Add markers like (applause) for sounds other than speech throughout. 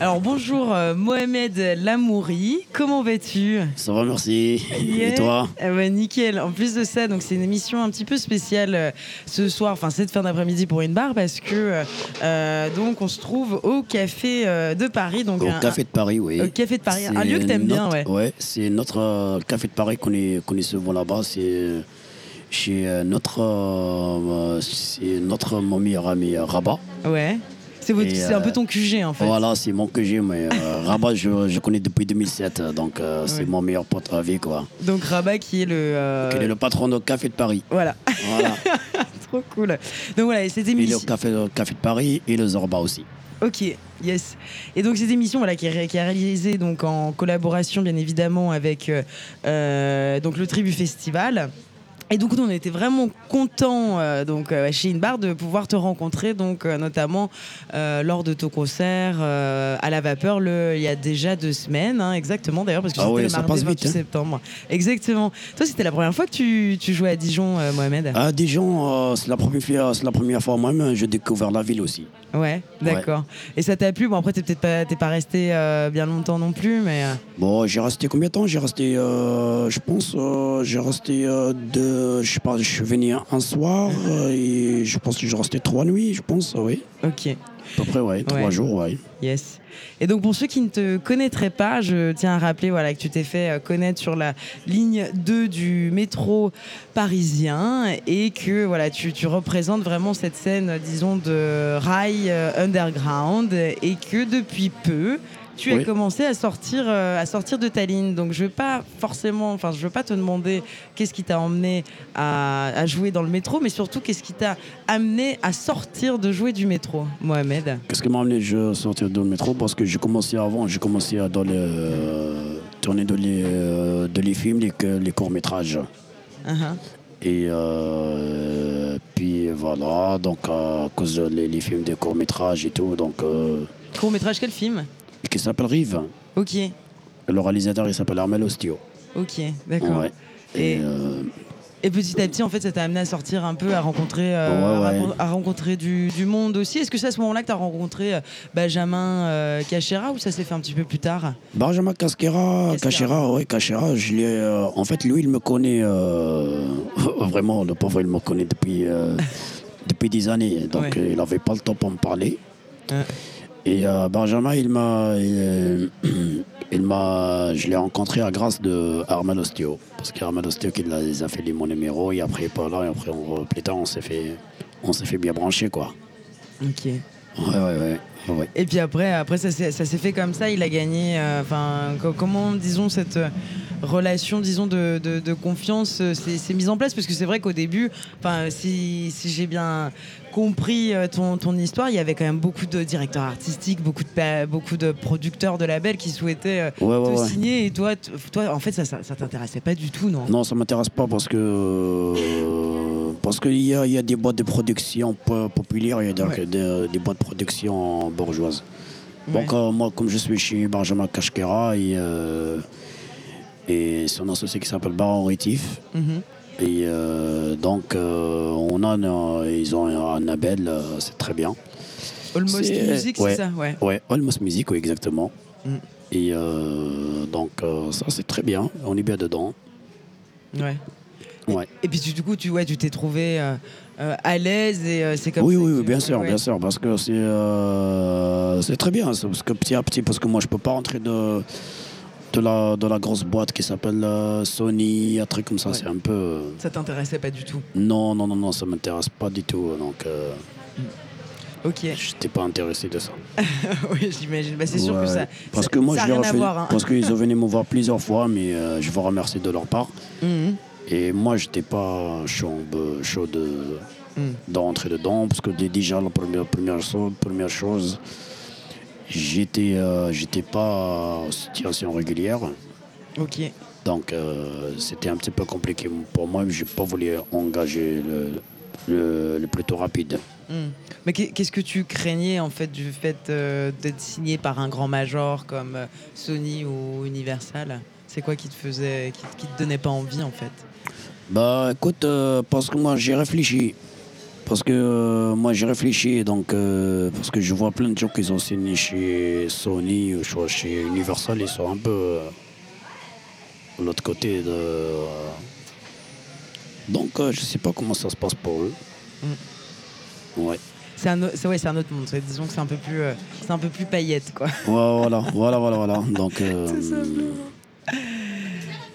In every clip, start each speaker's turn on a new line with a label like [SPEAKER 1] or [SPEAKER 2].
[SPEAKER 1] Alors bonjour euh, Mohamed Lamouri, comment vas-tu
[SPEAKER 2] Ça va, merci.
[SPEAKER 1] Yeah.
[SPEAKER 2] Et toi
[SPEAKER 1] Ah bah, nickel. En plus de ça, donc c'est une émission un petit peu spéciale euh, ce soir, enfin cette fin d'après-midi pour une barre parce que euh, euh, donc on se trouve au café euh, de Paris, donc
[SPEAKER 2] Au
[SPEAKER 1] un-
[SPEAKER 2] Café de Paris, oui.
[SPEAKER 1] au Café de Paris, un
[SPEAKER 2] C'est
[SPEAKER 1] lieu que t'aimes bien,
[SPEAKER 2] notre-
[SPEAKER 1] ouais.
[SPEAKER 2] c'est notre euh, Café de Paris qu'on est, qu'on est souvent là-bas. C'est euh, chez euh, notre, euh, c'est notre mon meilleur ami euh, Rabat.
[SPEAKER 1] un- ouais. C'est votre-
[SPEAKER 2] Et,
[SPEAKER 1] c'est un peu
[SPEAKER 2] euh,
[SPEAKER 1] ton QG en fait.
[SPEAKER 2] Voilà, c'est mon que j'ai, mais euh,
[SPEAKER 1] (laughs)
[SPEAKER 2] Rabat, je, je connais depuis 2007, euh, donc euh,
[SPEAKER 1] Ouais.
[SPEAKER 2] c'est mon meilleur pote à vie, quoi.
[SPEAKER 1] Donc Rabat qui est le. euh,
[SPEAKER 2] Il est le patron de Café
[SPEAKER 1] (laughs)
[SPEAKER 2] de Paris.
[SPEAKER 1] Voilà,
[SPEAKER 2] Voilà.
[SPEAKER 1] trop cool. Donc voilà, et cette
[SPEAKER 2] Il est au
[SPEAKER 1] émission.
[SPEAKER 2] café, au café de Paris et le Zorba aussi.
[SPEAKER 1] Ok, yes. Et donc cette émission voilà, qui, est, ré- qui est réalisée donc, en collaboration bien évidemment avec euh, euh, donc, le Tribu Festival. Et donc nous, on était vraiment contents euh, donc, euh, chez Inbar de pouvoir te rencontrer, donc, euh, notamment euh, lors de ton concert euh, à la vapeur le, il y a déjà deux semaines, hein, exactement d'ailleurs, parce que
[SPEAKER 2] Ah
[SPEAKER 1] c'était
[SPEAKER 2] ouais,
[SPEAKER 1] le
[SPEAKER 2] ça
[SPEAKER 1] mardi
[SPEAKER 2] passe vite,
[SPEAKER 1] 28
[SPEAKER 2] hein.
[SPEAKER 1] septembre. Exactement. Toi, c'était la première fois que tu, tu jouais à Dijon, euh, Mohamed
[SPEAKER 2] À Dijon, euh, c'est la première fois, c'est la première fois moi-même, j'ai découvert la ville aussi.
[SPEAKER 1] Ouais, d'accord. Et ça t'a plu Bon, après, t'es peut-être pas, t'es pas resté euh, bien longtemps non plus, mais... euh,
[SPEAKER 2] Bon, j'ai resté combien de temps J'ai resté, euh, je pense, euh, j'ai resté euh, deux, je sais pas, je suis venu un soir euh, et je pense que j'ai resté trois nuits, je pense, oui.
[SPEAKER 1] Ok,
[SPEAKER 2] À peu près, ouais, trois jours, ouais.
[SPEAKER 1] yes. Et donc pour ceux qui ne te connaîtraient pas, je tiens à rappeler voilà, que tu t'es fait euh, connaître sur la ligne 2 du métro parisien et que voilà, tu, tu représentes vraiment cette scène, euh, disons, de rail euh, underground et que depuis peu... Tu as
[SPEAKER 2] Oui.
[SPEAKER 1] commencé à sortir, euh, à sortir de ta ligne, donc je veux pas forcément, enfin je veux pas te demander qu'est-ce qui t'a emmené à, à jouer dans le métro, mais surtout qu'est-ce qui t'a amené à sortir de jouer du métro, Mohamed.
[SPEAKER 2] Qu'est-ce qui m'a amené je sortir dans le métro Parce que j'ai commencé avant, j'ai commencé à dans les, euh, tourner dans les, euh, dans les films, les, les courts-métrages.
[SPEAKER 1] Uh-huh.
[SPEAKER 2] Et euh, puis voilà, donc à cause des les films des courts-métrages et tout, donc euh,
[SPEAKER 1] Court métrage, quel film
[SPEAKER 2] qui s'appelle Rive.
[SPEAKER 1] Ok,
[SPEAKER 2] Le réalisateur il s'appelle Armel Ostio.
[SPEAKER 1] ok, d'accord.
[SPEAKER 2] Ouais.
[SPEAKER 1] Et,
[SPEAKER 2] Et, euh,
[SPEAKER 1] et petit à petit, en fait, ça t'a amené à sortir un peu, à rencontrer, euh,
[SPEAKER 2] Ouais, ouais.
[SPEAKER 1] à renco- à rencontrer du, du monde aussi. Est-ce que c'est à ce moment-là que t'as rencontré euh, Benjamin euh, Cachera ou ça s'est fait un petit peu plus tard
[SPEAKER 2] Benjamin Casquera,
[SPEAKER 1] Casquera.
[SPEAKER 2] Cachera, oui, Cachera, je l'ai. euh, en fait, lui, il me connaît euh, (laughs) vraiment, le pauvre, il me connaît depuis, euh, (laughs) depuis des années. Donc,
[SPEAKER 1] Ouais.
[SPEAKER 2] euh, il n'avait pas le temps pour me parler.
[SPEAKER 1] Ouais.
[SPEAKER 2] Et euh, Benjamin, il m'a. Il, (clears throat) il m'a je l'ai rencontré à grâce de Armel Osteo. Parce qu'Armel Osteo, il a, il a fait les- mon numéro, et après, pas là, et après, on, plus tard, on s'est fait, on s'est fait bien brancher, quoi.
[SPEAKER 1] Ok.
[SPEAKER 2] Ouais, ouais, ouais. ouais, ouais.
[SPEAKER 1] Et puis après, après ça s'est ça s'est fait comme ça, il a gagné, euh, enfin, co- comment, disons, cette euh, relation, disons, de, de- de confiance euh, s'est s'est mise en place Parce que c'est vrai qu'au début, enfin, si, si j'ai bien compris euh, ton, ton histoire, il y avait quand même beaucoup de directeurs artistiques, beaucoup de, pa- beaucoup de producteurs de labels qui souhaitaient euh,
[SPEAKER 2] Ouais, ouais,
[SPEAKER 1] te
[SPEAKER 2] ouais.
[SPEAKER 1] signer, et toi, t- toi en fait, ça, ça, ça t'intéressait pas du tout, non
[SPEAKER 2] Non, ça m'intéresse pas parce que euh, parce qu'il y a, il y a des boîtes de production po- populaires, il y a donc
[SPEAKER 1] Ouais.
[SPEAKER 2] des, des boîtes de production bourgeoises.
[SPEAKER 1] Ouais.
[SPEAKER 2] Donc euh, moi, comme je suis chez Benjamin Kashkera et, euh, et son associé qui s'appelle Baron Rétif,
[SPEAKER 1] Mhm.
[SPEAKER 2] et euh, donc euh, on a un- ils ont un label, euh, c'est très bien.
[SPEAKER 1] Almost
[SPEAKER 2] C'est-
[SPEAKER 1] Music,
[SPEAKER 2] ouais.
[SPEAKER 1] c'est ça Ouais.
[SPEAKER 2] Ouais, Almost Music, oui, exactement.
[SPEAKER 1] Mm.
[SPEAKER 2] Et euh, donc euh, ça c'est très bien, on est bien dedans.
[SPEAKER 1] ouais.
[SPEAKER 2] Ouais.
[SPEAKER 1] Et puis tu- du coup, tu ouais, tu t'es trouvé euh, euh, à l'aise et euh, c'est comme
[SPEAKER 2] Oui,
[SPEAKER 1] ça
[SPEAKER 2] oui,
[SPEAKER 1] que-
[SPEAKER 2] oui, bien sûr,
[SPEAKER 1] ouais.
[SPEAKER 2] bien sûr, parce que c'est euh, c'est très bien, c'est parce que petit à petit, parce que moi je peux pas rentrer de de la de la grosse boîte qui s'appelle euh, Sony, un truc comme ça,
[SPEAKER 1] Ouais.
[SPEAKER 2] c'est un peu euh,
[SPEAKER 1] Ça t'intéressait pas du tout.
[SPEAKER 2] non non non non, ça m'intéresse pas du tout, donc euh, (laughs)
[SPEAKER 1] Ok,
[SPEAKER 2] j'étais pas intéressé de ça.
[SPEAKER 1] oui, j'imagine. Bah, c'est sûr
[SPEAKER 2] Ouais.
[SPEAKER 1] que ça.
[SPEAKER 2] Parce
[SPEAKER 1] ça-
[SPEAKER 2] que moi
[SPEAKER 1] ça a
[SPEAKER 2] je l'ai
[SPEAKER 1] rien à
[SPEAKER 2] refait-
[SPEAKER 1] voir. hein.
[SPEAKER 2] parce qu'ils
[SPEAKER 1] (laughs)
[SPEAKER 2] ont venu me voir plusieurs fois, mais euh, je vous remercie de leur part.
[SPEAKER 1] Mhm.
[SPEAKER 2] Et moi j'étais pas chaud, euh, chaud de
[SPEAKER 1] Mhm.
[SPEAKER 2] de rentrer dedans parce que dé- déjà la première première chose première chose j'étais euh, j'étais pas en situation régulière
[SPEAKER 1] Ok,
[SPEAKER 2] donc euh, c'était un petit peu compliqué pour moi j'ai pas voulu engager le le, le plus tôt rapide
[SPEAKER 1] Mhm. mais qu'est- qu'est-ce que tu craignais en fait du fait euh, d'être signé par un grand major comme euh, Sony ou Universal C'est quoi qui te faisait, qui, qui te donnait pas envie en fait
[SPEAKER 2] bah écoute euh, parce que moi j'ai réfléchi Parce que euh, moi j'ai réfléchi, donc, euh, parce que je vois plein de gens qui ont signé chez Sony ou chez- chez Universal, ils sont un peu euh, de l'autre côté de. euh, donc euh, je sais pas comment ça se passe pour eux. Ouais.
[SPEAKER 1] C'est un, o- c'est- ouais, c'est un autre monde. C'est- Disons que c'est un peu plus, euh, c'est un peu plus paillette, quoi. (laughs)
[SPEAKER 2] Ouais, voilà, voilà, voilà, voilà. Donc, euh,
[SPEAKER 1] C'est simplement.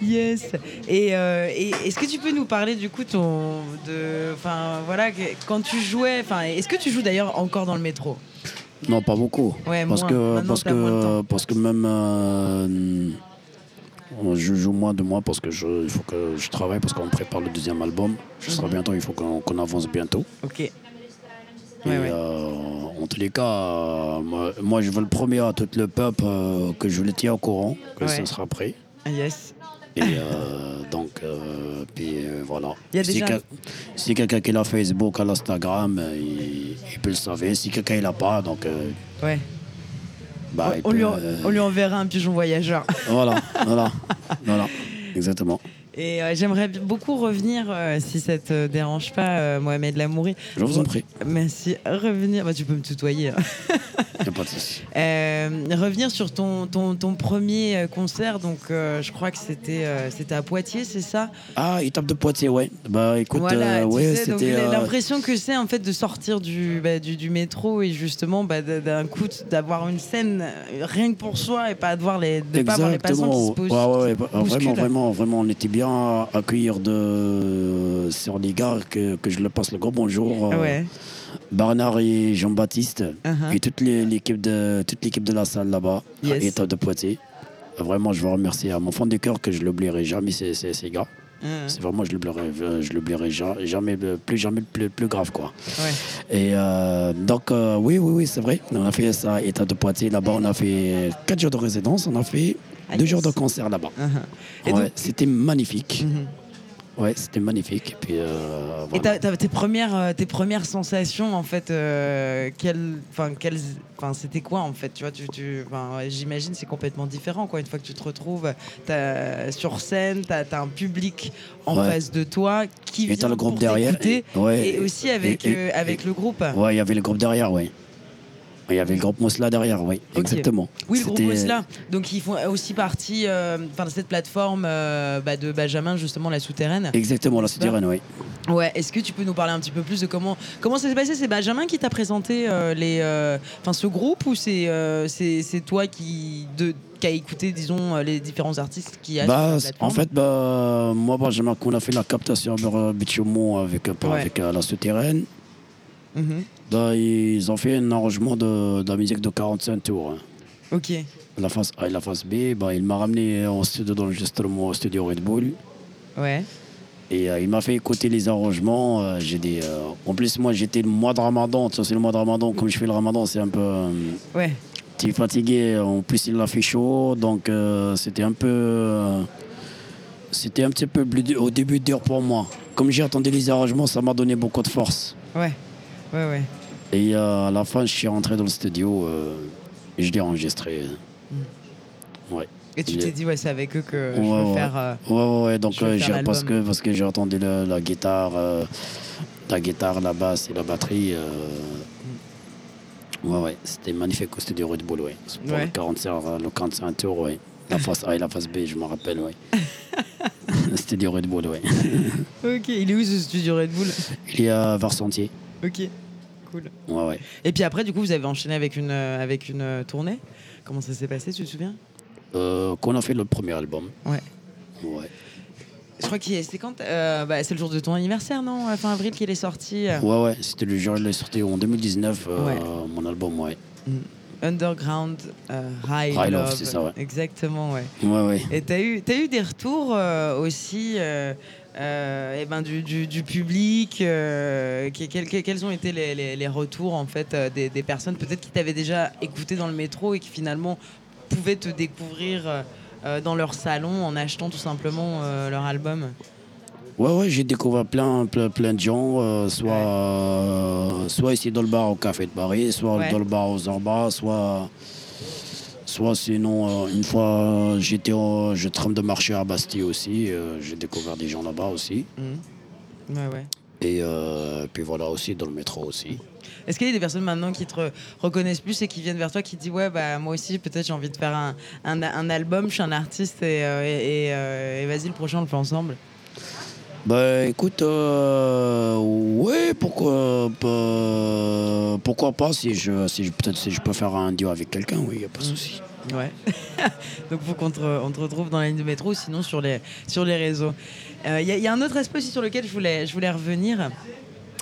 [SPEAKER 1] Yes. Et, euh, et est-ce que tu peux nous parler du coup ton, de, enfin voilà, que- quand tu jouais, enfin, est-ce que tu joues d'ailleurs encore dans le métro
[SPEAKER 2] non, pas beaucoup.
[SPEAKER 1] Ouais,
[SPEAKER 2] parce
[SPEAKER 1] moins.
[SPEAKER 2] que,
[SPEAKER 1] Maintenant,
[SPEAKER 2] parce
[SPEAKER 1] t'as moins de
[SPEAKER 2] que,
[SPEAKER 1] temps.
[SPEAKER 2] parce que même, euh, je joue moins de moi parce que je, il faut que je travaille parce qu'on prépare le deuxième album. Je
[SPEAKER 1] Mhm.
[SPEAKER 2] serai bientôt, il faut qu'on qu'on avance bientôt.
[SPEAKER 1] Ok. Ouais,
[SPEAKER 2] Et,
[SPEAKER 1] ouais.
[SPEAKER 2] euh, en tous les cas, euh, moi, moi, je veux le premier à tout le peuple euh, que je le tiens au courant, que
[SPEAKER 1] Ouais.
[SPEAKER 2] ça sera prêt.
[SPEAKER 1] Ah, Yes.
[SPEAKER 2] Et
[SPEAKER 1] (laughs)
[SPEAKER 2] euh, donc, euh, puis euh, voilà.
[SPEAKER 1] Il y a
[SPEAKER 2] si
[SPEAKER 1] déjà-
[SPEAKER 2] quel- si quelqu'un qui a Facebook, à l'Instagram, euh, il, il peut le savoir. Si quelqu'un il l'a pas, donc. euh,
[SPEAKER 1] Ouais.
[SPEAKER 2] bah, il
[SPEAKER 1] on, on
[SPEAKER 2] peut,
[SPEAKER 1] lui en-
[SPEAKER 2] euh,
[SPEAKER 1] on lui enverra un pigeon voyageur. (laughs)
[SPEAKER 2] Voilà, voilà, voilà. Exactement.
[SPEAKER 1] Et euh, j'aimerais bi- beaucoup revenir, euh, si ça te dérange pas, euh, Mohamed Lamouri.
[SPEAKER 2] Je vous en prie.
[SPEAKER 1] Merci. Revenir. Bah, tu peux me tutoyer. hein.
[SPEAKER 2] Il n'y a pas de souci.
[SPEAKER 1] Euh, revenir sur ton, ton, ton premier euh, concert, donc euh, je crois que c'était euh, c'était à Poitiers, c'est ça
[SPEAKER 2] Ah, étape de Poitiers, ouais. Bah écoute,
[SPEAKER 1] Voilà,
[SPEAKER 2] euh,
[SPEAKER 1] tu
[SPEAKER 2] ouais,
[SPEAKER 1] sais, donc
[SPEAKER 2] c'était. euh,
[SPEAKER 1] l'impression que c'est en fait de sortir du, bah, du, du métro et justement bah, d- d'un coup t- d'avoir une scène euh, rien que pour soi et pas avoir les, de pas avoir les passants qui se posent.
[SPEAKER 2] Ouais, ouais, ouais, bah,
[SPEAKER 1] bousculent.
[SPEAKER 2] vraiment, vraiment, vraiment, on était bien à accueillir de... sur les gares que, que je le passe le gros bonjour. euh,
[SPEAKER 1] Ouais.
[SPEAKER 2] Bernard et Jean-Baptiste
[SPEAKER 1] Uh-huh.
[SPEAKER 2] et toute les- l'équipe de toute l'équipe de la salle là-bas,
[SPEAKER 1] Yes.
[SPEAKER 2] et de Poitiers. Vraiment, je vous remercie à mon fond du cœur que je l'oublierai jamais, ces, ces, ces gars.
[SPEAKER 1] Hein,
[SPEAKER 2] C'est vraiment, je l'oublierai, euh, je l'oublierai ja- jamais, euh, plus jamais, plus, plus grave quoi.
[SPEAKER 1] ouais.
[SPEAKER 2] Et euh, donc, euh, oui, oui, oui, c'est vrai. On a fait ça, état de Poitiers là-bas. On a fait 4 jours de résidence, on a fait
[SPEAKER 1] Ah,
[SPEAKER 2] 2
[SPEAKER 1] yes.
[SPEAKER 2] jours de concert là-bas.
[SPEAKER 1] Uh-huh. Et
[SPEAKER 2] Ouais,
[SPEAKER 1] donc-
[SPEAKER 2] c'était magnifique.
[SPEAKER 1] Mhm.
[SPEAKER 2] Ouais, c'était magnifique. Et puis, euh,
[SPEAKER 1] Et
[SPEAKER 2] voilà.
[SPEAKER 1] t'as- t'as- tes premières, euh, tes premières sensations, en fait, euh, quelles, enfin, quelles, enfin, c'était quoi, en fait, tu vois, tu, tu- enfin, ouais, j'imagine c'est complètement différent, quoi. Une fois que tu te retrouves t'as- sur scène, t'as as un public en
[SPEAKER 2] Ouais.
[SPEAKER 1] face de toi qui
[SPEAKER 2] Et
[SPEAKER 1] vient
[SPEAKER 2] t'as le groupe
[SPEAKER 1] pour
[SPEAKER 2] derrière.
[SPEAKER 1] t'écouter,
[SPEAKER 2] ouais.
[SPEAKER 1] et aussi avec
[SPEAKER 2] et-
[SPEAKER 1] euh,
[SPEAKER 2] et-
[SPEAKER 1] avec le groupe.
[SPEAKER 2] Ouais, il y avait le groupe derrière, oui. Il y avait le groupe Mosla derrière, oui.
[SPEAKER 1] Ok.
[SPEAKER 2] Exactement.
[SPEAKER 1] Oui, le groupe
[SPEAKER 2] C'était-
[SPEAKER 1] Osla. Donc ils font aussi partie, euh, enfin, de cette plateforme euh, bah, de Benjamin justement la souterraine.
[SPEAKER 2] Exactement, la
[SPEAKER 1] Bah,
[SPEAKER 2] souterraine, oui.
[SPEAKER 1] Ouais, est-ce que tu peux nous parler un petit peu plus de comment comment ça s'est passé C'est Benjamin qui t'a présenté euh, les, euh, enfin ce groupe ou c'est euh, c'est c'est toi qui de qui a écouté disons euh, les différents artistes qui a sur
[SPEAKER 2] Bah,
[SPEAKER 1] la
[SPEAKER 2] c'est-
[SPEAKER 1] plateforme
[SPEAKER 2] en fait, bah, moi, Benjamin, qu'on a fait la captation à Bichumont avec, euh, pas
[SPEAKER 1] Ouais.
[SPEAKER 2] avec euh, la souterraine,
[SPEAKER 1] Mhm.
[SPEAKER 2] bah, ils ont fait un arrangement de, de la musique de 45 tours. hein.
[SPEAKER 1] Ok.
[SPEAKER 2] La face A et la face B, bah, il m'a ramené en studio d'enregistrement au studio Red Bull.
[SPEAKER 1] Ouais.
[SPEAKER 2] Et euh, il m'a fait écouter les arrangements. euh, j'ai des, euh, en plus, moi, j'étais le mois de ramadan. Ça, c'est le mois de ramadan. Comme je fais le ramadan, c'est un peu. euh,
[SPEAKER 1] Ouais.
[SPEAKER 2] T'es fatigué, en plus il l'a fait chaud, donc euh, c'était un peu. euh, c'était un petit peu plus dur- au début dur pour moi. Comme j'ai attendu les arrangements, ça m'a donné beaucoup de force.
[SPEAKER 1] Ouais. Ouais. Ouais.
[SPEAKER 2] Et euh, à la fin, je suis rentré dans le studio euh, et je l'ai enregistré. Ouais.
[SPEAKER 1] Et tu
[SPEAKER 2] Il est-
[SPEAKER 1] t'es dit ouais c'est avec eux que je
[SPEAKER 2] Ouais,
[SPEAKER 1] veux
[SPEAKER 2] ouais.
[SPEAKER 1] faire. euh,
[SPEAKER 2] Ouais, ouais, ouais, donc
[SPEAKER 1] Je vais
[SPEAKER 2] euh,
[SPEAKER 1] faire
[SPEAKER 2] j'ai- parce
[SPEAKER 1] l'album.
[SPEAKER 2] que, parce que j'ai entendu la, la guitare, euh, la guitare, la basse et la batterie. euh, Ouais, ouais, c'était magnifique au studio Red Bull, ouais. C'est Pour
[SPEAKER 1] Ouais.
[SPEAKER 2] le 45, euh, le 45 tours, ouais. La face A et la face B, je m'en
[SPEAKER 1] (laughs)
[SPEAKER 2] rappelle, ouais. studio Red Bull, ouais.
[SPEAKER 1] Ok. Il est où ce studio Red Bull (laughs)
[SPEAKER 2] Il y a Varsentier.
[SPEAKER 1] Ok. Cool.
[SPEAKER 2] Ouais, ouais.
[SPEAKER 1] Et puis après du coup vous avez enchaîné avec une euh, avec une euh, tournée. Comment ça s'est passé Tu te souviens
[SPEAKER 2] Euh, qu'on a fait le premier album.
[SPEAKER 1] Ouais.
[SPEAKER 2] Ouais,
[SPEAKER 1] Je crois que c'est quand euh, bah, C'est le jour de ton anniversaire, non Euh, Fin avril qu'il est sorti. euh,
[SPEAKER 2] ouais, ouais, c'était le jour, il est sorti en 2019, euh,
[SPEAKER 1] Ouais.
[SPEAKER 2] mon album, ouais.
[SPEAKER 1] Underground euh, High,
[SPEAKER 2] High
[SPEAKER 1] Love.
[SPEAKER 2] Love, c'est ça, ouais.
[SPEAKER 1] Exactement, ouais.
[SPEAKER 2] Ouais, ouais.
[SPEAKER 1] Et t'as eu, t'as eu des retours euh, aussi euh, euh, eh ben, du, du- du public euh, que- quels- quels- Quels ont été les, les- les retours en fait euh, des, des personnes peut-être qui t'avaient déjà écouté dans le métro et qui finalement pouvaient te découvrir euh, euh, dans leur salon en achetant tout simplement euh, leur album
[SPEAKER 2] Ouais, ouais, j'ai découvert plein, plein, plein de gens, euh, soit, euh, soit ici dans le bar au Café de Paris, soit
[SPEAKER 1] Ouais.
[SPEAKER 2] dans le bar aux Orbas, soit, soit sinon, euh, une fois, euh, j'étais en- je trame de marché à Bastille aussi, euh, j'ai découvert des gens là-bas aussi.
[SPEAKER 1] Mhm. Ouais, ouais.
[SPEAKER 2] Et euh, puis voilà aussi dans le métro aussi.
[SPEAKER 1] Est-ce qu'il y a des personnes maintenant qui te re- reconnaissent plus et qui viennent vers toi qui disent ouais bah moi aussi peut-être j'ai envie de faire un, un- un album, je suis un artiste et, euh, et- et, euh, et vas-y le prochain on le fait ensemble.
[SPEAKER 2] Ben écoute, euh, ouais, pourquoi, pas- pourquoi pas si je, si je peut-être si je peux faire un duo avec quelqu'un, oui, y a pas de souci.
[SPEAKER 1] Ouais. (laughs) Donc faut qu'on te, re- on te retrouve dans la ligne de métro, sinon sur les, sur les réseaux. Euh, Il y, a- il y a un autre aspect aussi sur lequel je voulais, je voulais revenir.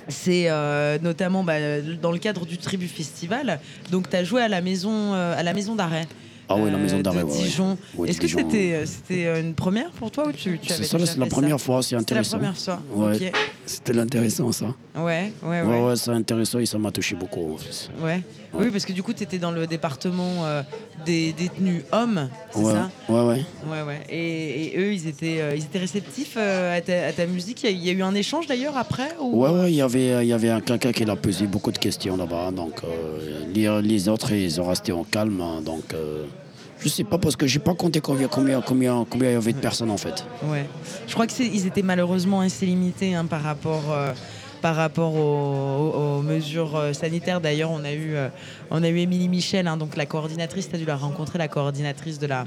[SPEAKER 1] C'est euh, notamment bah, dans le cadre du Tribu Festival. Donc tu as joué à la maison, euh, à la maison d'arrêt.
[SPEAKER 2] Ah oui, la
[SPEAKER 1] euh,
[SPEAKER 2] maison d'arrêt,
[SPEAKER 1] de
[SPEAKER 2] ouais, ouais.
[SPEAKER 1] Dijon.
[SPEAKER 2] Ouais, de
[SPEAKER 1] Est-ce que
[SPEAKER 2] Dijon,
[SPEAKER 1] c'était euh, c'était euh, une première pour toi ou tu, tu
[SPEAKER 2] C'est
[SPEAKER 1] avais
[SPEAKER 2] ça,
[SPEAKER 1] déjà
[SPEAKER 2] c'est la
[SPEAKER 1] fait
[SPEAKER 2] première
[SPEAKER 1] ça
[SPEAKER 2] fois, c'est
[SPEAKER 1] C'était la
[SPEAKER 2] intéressant.
[SPEAKER 1] première fois.
[SPEAKER 2] Ouais.
[SPEAKER 1] ok.
[SPEAKER 2] C'était intéressant ça.
[SPEAKER 1] Ouais, ouais, ouais.
[SPEAKER 2] Ouais, ouais, c'est intéressant et ça m'a touché beaucoup. en fait.
[SPEAKER 1] Ouais. Oui, parce que du coup, tu étais dans le département euh, des détenus hommes, c'est
[SPEAKER 2] Ouais,
[SPEAKER 1] ça
[SPEAKER 2] ouais, ouais.
[SPEAKER 1] Ouais, ouais. Et, et eux, ils étaient, euh, ils étaient réceptifs euh, à, ta, à ta musique. Il y, a- il y a eu un échange d'ailleurs après ou...
[SPEAKER 2] Ouais, ouais, il y avait, il y avait un quelqu'un qui a posé beaucoup de questions là-bas. Donc, euh, les, les autres, ils ont resté en calme. hein, donc, euh, je sais pas parce que j'ai pas compté combien, combien, combien, combien il y avait de personnes en fait.
[SPEAKER 1] Ouais. Je crois que c'est- ils étaient malheureusement assez limités hein, par rapport. euh, par rapport aux, aux- aux mesures euh, sanitaires, d'ailleurs, on a eu, euh, on a eu Émilie Michel, hein, donc la coordinatrice, tu as dû la rencontrer, la coordinatrice de la,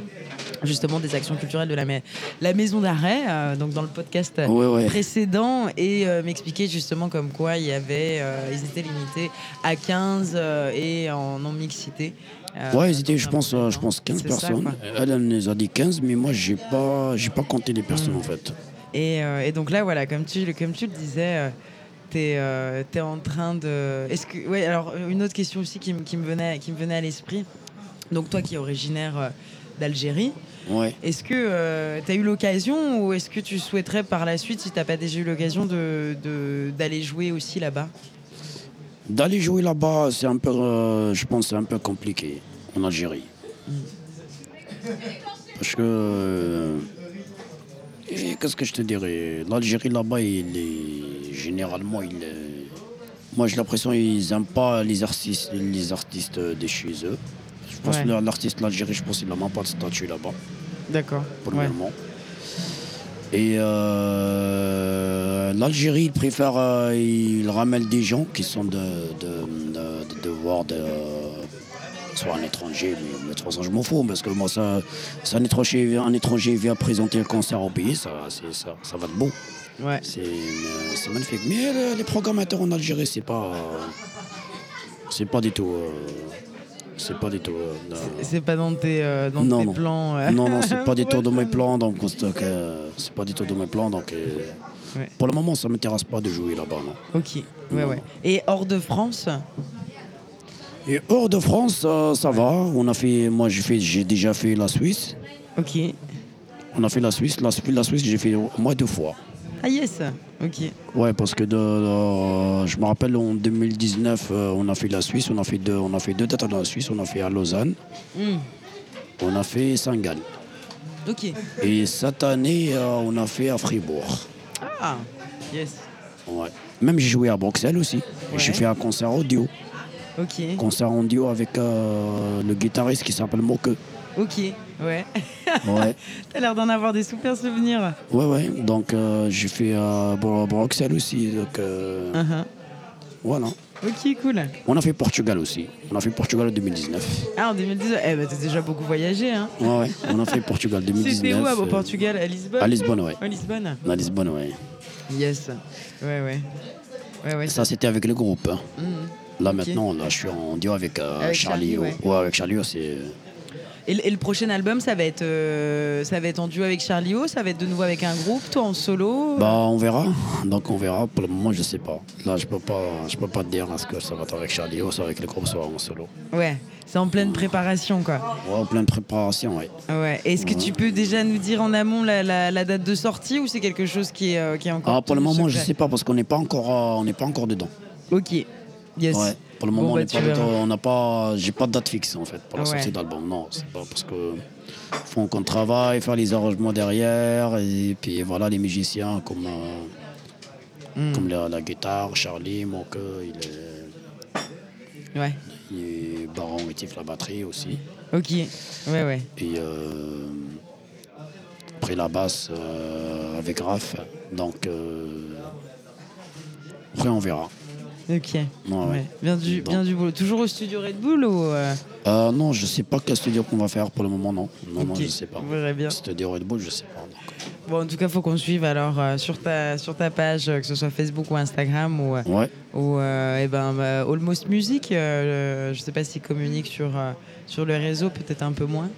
[SPEAKER 1] justement, des actions culturelles de la, mai- la maison d'arrêt, euh, donc dans le podcast euh,
[SPEAKER 2] Ouais, ouais.
[SPEAKER 1] précédent et euh, m'expliquer justement comme quoi il y avait, euh, ils étaient limités à 15 euh, et en non mixité. Euh,
[SPEAKER 2] Ouais, ils étaient, je
[SPEAKER 1] un
[SPEAKER 2] pense,
[SPEAKER 1] peu
[SPEAKER 2] euh,
[SPEAKER 1] dedans.
[SPEAKER 2] je pense 15
[SPEAKER 1] C'est ça,
[SPEAKER 2] personnes.
[SPEAKER 1] quoi.
[SPEAKER 2] elle, elle nous a dit 15, mais moi, j'ai pas, j'ai pas compté les personnes
[SPEAKER 1] Hmm.
[SPEAKER 2] en fait.
[SPEAKER 1] et, euh, et donc là, voilà, comme tu, comme tu le disais. tu T'es euh, t'es en train de. Est-ce que ouais alors euh, une autre question aussi qui, me- qui me venait qui me venait à l'esprit. Donc toi qui es originaire euh, d'Algérie,
[SPEAKER 2] Ouais.
[SPEAKER 1] Est-ce que tu as eu l'occasion ou est-ce que tu souhaiterais par la suite, si tu pas déjà eu l'occasion, d'aller de, d'aller jouer aussi là-bas
[SPEAKER 2] D'aller jouer là-bas, c'est un peu, euh, je pense, c'est un peu compliqué en Algérie. Parce que, euh, et qu'est-ce que je te dirais L'Algérie là-bas, il est généralement, il est- moi j'ai l'impression ils n'aiment pas les artistes, les artistes de chez eux. Je pense
[SPEAKER 1] Ouais.
[SPEAKER 2] que l'artiste de l'Algérie, je pense qu'il n'a même pas de statut là-bas
[SPEAKER 1] D'accord.
[SPEAKER 2] premièrement. Et euh, l'Algérie, il préfère, euh, il ramène des gens qui sont de, de, de, de- de voir de, soit un étranger, mais, mais de toute façon, je m'en fous, parce que moi, ça, si un étranger, un étranger vient présenter un concert au pays, ça, c'est- ça, ça va de bon.
[SPEAKER 1] Ouais. ouais.
[SPEAKER 2] C'est euh, c'est magnifique. Mais euh, les programmateurs en Algérie, c'est pas. euh, c'est pas du tout. euh, c'est pas du tout. euh, euh,
[SPEAKER 1] C'est pas dans tes, euh, dans
[SPEAKER 2] Non,
[SPEAKER 1] tes
[SPEAKER 2] non.
[SPEAKER 1] plans. euh.
[SPEAKER 2] non, non, c'est pas
[SPEAKER 1] (laughs)
[SPEAKER 2] du tout dans mes plans, donc on stocke, euh, c'est pas du tout dans mes plans, donc euh,
[SPEAKER 1] Ouais.
[SPEAKER 2] pour le moment, ça m'intéresse pas de jouer là-bas. non.
[SPEAKER 1] Ok. Ouais,
[SPEAKER 2] Non,
[SPEAKER 1] ouais.
[SPEAKER 2] non.
[SPEAKER 1] Et hors de France
[SPEAKER 2] Et hors de France, euh, ça va. On a fait, moi, j'ai fait, j'ai déjà fait la Suisse.
[SPEAKER 1] Ok.
[SPEAKER 2] On a fait la Suisse, la, la Suisse, j'ai fait au moins deux fois.
[SPEAKER 1] Ah yes Ok.
[SPEAKER 2] Ouais, parce que de, de- je me rappelle en 2019, euh, on a fait la Suisse, on a fait deux, on a fait deux dates dans la Suisse, on a fait à Lausanne,
[SPEAKER 1] Hmm.
[SPEAKER 2] on a fait Saint-Gall.
[SPEAKER 1] Ok.
[SPEAKER 2] Et cette année, euh, on a fait à Fribourg.
[SPEAKER 1] Ah Yes.
[SPEAKER 2] Ouais. Même j'ai joué à Bruxelles aussi. Et J'ai
[SPEAKER 1] Ouais.
[SPEAKER 2] fait un concert audio.
[SPEAKER 1] Ok.
[SPEAKER 2] concert en duo avec euh, le guitariste qui s'appelle Moque.
[SPEAKER 1] Ok. Ouais. (laughs)
[SPEAKER 2] Ouais,
[SPEAKER 1] T'as l'air d'en avoir des super souvenirs.
[SPEAKER 2] (laughs) ouais, ouais. Donc euh, j'ai fait euh, Bru- Bruxelles aussi. Donc euh,
[SPEAKER 1] Uh-huh.
[SPEAKER 2] voilà.
[SPEAKER 1] Ok, cool.
[SPEAKER 2] On a fait Portugal aussi. On a fait Portugal en 2019.
[SPEAKER 1] Ah, en 2019. Eh ben, t'as déjà beaucoup voyagé, hein
[SPEAKER 2] Ouais, ouais. On a fait Portugal 2019.
[SPEAKER 1] C'était où au
[SPEAKER 2] euh,
[SPEAKER 1] Portugal À Lisbonne
[SPEAKER 2] À Lisbonne, ouais.
[SPEAKER 1] À Lisbonne
[SPEAKER 2] À Lisbonne, ouais.
[SPEAKER 1] Yes. Ouais, ouais. Ouais, ouais.
[SPEAKER 2] Ça, c'était avec le groupe. hein.
[SPEAKER 1] Mhm.
[SPEAKER 2] Là,
[SPEAKER 1] Ok.
[SPEAKER 2] maintenant, là, je suis en duo avec, euh,
[SPEAKER 1] Avec
[SPEAKER 2] Charlie.
[SPEAKER 1] Charlie, ouais.
[SPEAKER 2] ouais, avec Charlie, c'est.
[SPEAKER 1] Et, le- et le prochain album, ça va être, euh, ça va être en duo avec Charlie O, ça va être de nouveau avec un groupe, toi en solo.
[SPEAKER 2] Bah, on verra. Donc, on verra. Pour le moment, je sais pas. Là, je peux pas, je peux pas te dire est-ce que ça va être avec Charlie ou ça va être avec le groupe, soit en solo.
[SPEAKER 1] Ouais. C'est en pleine préparation, quoi.
[SPEAKER 2] Ouais, en pleine préparation, ouais.
[SPEAKER 1] Ouais. Est-ce que tu peux déjà nous dire en amont la, la- la date de sortie ou c'est quelque chose qui est, euh, qui est encore.
[SPEAKER 2] Ah, pour le
[SPEAKER 1] tenu
[SPEAKER 2] moment, je
[SPEAKER 1] secret
[SPEAKER 2] sais pas parce qu'on n'est pas encore, euh, on n'est pas encore dedans.
[SPEAKER 1] Ok. Yes.
[SPEAKER 2] Ouais. Pour le moment,
[SPEAKER 1] Bon,
[SPEAKER 2] on
[SPEAKER 1] bah,
[SPEAKER 2] n'est
[SPEAKER 1] tu
[SPEAKER 2] pas
[SPEAKER 1] verras.
[SPEAKER 2] dedans. On n'a pas, j'ai pas de date fixe en fait pour la
[SPEAKER 1] Ouais.
[SPEAKER 2] sortie d'album. Non, c'est pas parce que faut qu'on travaille, faire les arrangements derrière et puis voilà les musiciens comme euh,
[SPEAKER 1] Mm.
[SPEAKER 2] comme la, la guitare, Charlie, mon que il est,
[SPEAKER 1] Ouais.
[SPEAKER 2] il est baron Métif, la batterie aussi
[SPEAKER 1] Ok. Ouais, ouais.
[SPEAKER 2] et euh, après la basse euh, avec Raph. Donc euh, Après, on verra.
[SPEAKER 1] Ok.
[SPEAKER 2] Ouais, ouais.
[SPEAKER 1] Ouais. Bien, du, bien du boulot. Toujours au studio Red Bull ou. euh,
[SPEAKER 2] Euh, non, je sais pas quel studio qu'on va faire pour le moment, non. Non, non,
[SPEAKER 1] ok,
[SPEAKER 2] je sais pas.
[SPEAKER 1] on verra bien.
[SPEAKER 2] Studio Red Bull, je sais pas. donc.
[SPEAKER 1] Bon, en tout cas, faut qu'on suive alors euh, sur, ta, sur ta page, euh, que ce soit Facebook ou Instagram ou, euh,
[SPEAKER 2] Ouais,
[SPEAKER 1] ou euh, eh ben, bah, Almost Music. euh, le- je sais pas s'ils communiquent sur, euh, sur le réseau, peut-être un peu moins.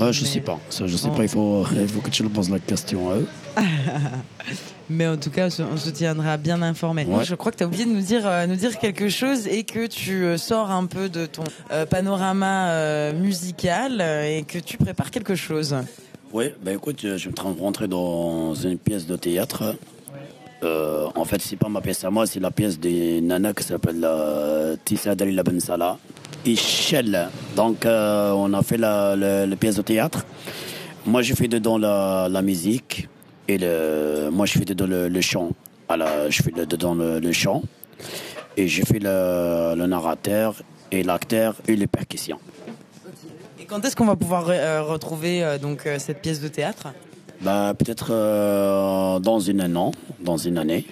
[SPEAKER 2] ouais je
[SPEAKER 1] Mais-
[SPEAKER 2] sais pas. Ça, je sais
[SPEAKER 1] on-
[SPEAKER 2] pas, il faut, (laughs) il faut que tu le poses la question à eux.
[SPEAKER 1] Mais en tout cas, on se- on se tiendra bien informé.
[SPEAKER 2] Ouais.
[SPEAKER 1] Je crois que tu as oublié de nous dire, euh, nous dire quelque chose et que tu euh, sors un peu de ton euh, panorama euh, musical euh, et que tu prépares quelque chose.
[SPEAKER 2] Oui, bah écoute, je je me train de rentrer dans une pièce de théâtre. Euh, en fait, c'est pas ma pièce à moi, c'est la pièce des nanas qui s'appelle la Tissa Dalila Ben Salah. Ichel. Donc, euh, on a fait la, la- la pièce de théâtre. Moi, je fais dedans la, la musique et le, moi, je fais dedans le, le chant. Alors, je fais le- dedans le, le chant et je fais le, le narrateur et l'acteur et les percussions.
[SPEAKER 1] Et quand est-ce qu'on va pouvoir euh, retrouver euh, donc euh, cette pièce de théâtre
[SPEAKER 2] Bah, peut-être euh, dans une année, dans une année,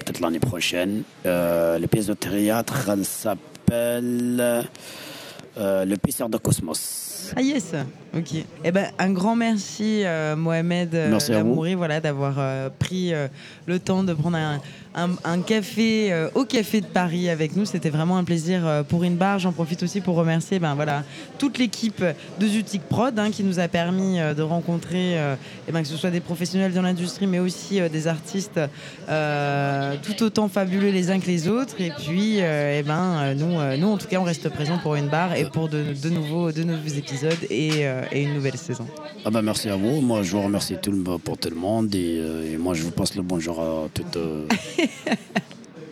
[SPEAKER 2] peut-être l'année prochaine. Euh, les pièces de théâtre, elle s'appelle euh, Le Pisseur de Cosmos.
[SPEAKER 1] Ah yes, ok. Eh ben un grand merci euh, Mohamed euh,
[SPEAKER 2] Merci à vous.
[SPEAKER 1] Lamouri, voilà d'avoir euh, pris euh, le temps de prendre un, un- un café euh, au café de Paris avec nous. C'était vraiment un plaisir euh, pour une barre. J'en profite aussi pour remercier ben voilà toute l'équipe de Zutic Prod hein, qui nous a permis euh, de rencontrer euh, eh ben, que ce soit des professionnels dans l'industrie mais aussi euh, des artistes euh, tout autant fabuleux les uns que les autres. Et puis, euh, eh ben, euh, nous, euh, nous, en tout cas, on reste présents pour une barre et pour de, de nouveaux, de nouveaux épisodes et, euh, et une nouvelle saison.
[SPEAKER 2] Ah bah, merci à vous. Moi, je vous remercie tout le, monde- pour tout le monde. Et, euh, et moi, je vous passe le bonjour à toutes. euh,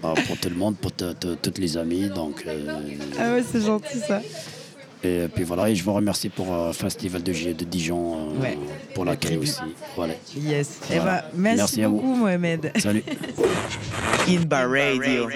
[SPEAKER 2] à- pour tout le monde, pour t- t- toutes les amies. Donc, euh,
[SPEAKER 1] Ah ouais, c'est gentil ça.
[SPEAKER 2] et puis voilà, et je vous remercie pour euh, Festival de, G- de Dijon, euh,
[SPEAKER 1] Ouais.
[SPEAKER 2] pour l'accueil aussi. Voilà.
[SPEAKER 1] Yes. Eh
[SPEAKER 2] Voilà.
[SPEAKER 1] ben, merci,
[SPEAKER 2] Merci à vous.
[SPEAKER 1] beaucoup, Mohamed.
[SPEAKER 2] Salut.
[SPEAKER 1] In Bar Radio.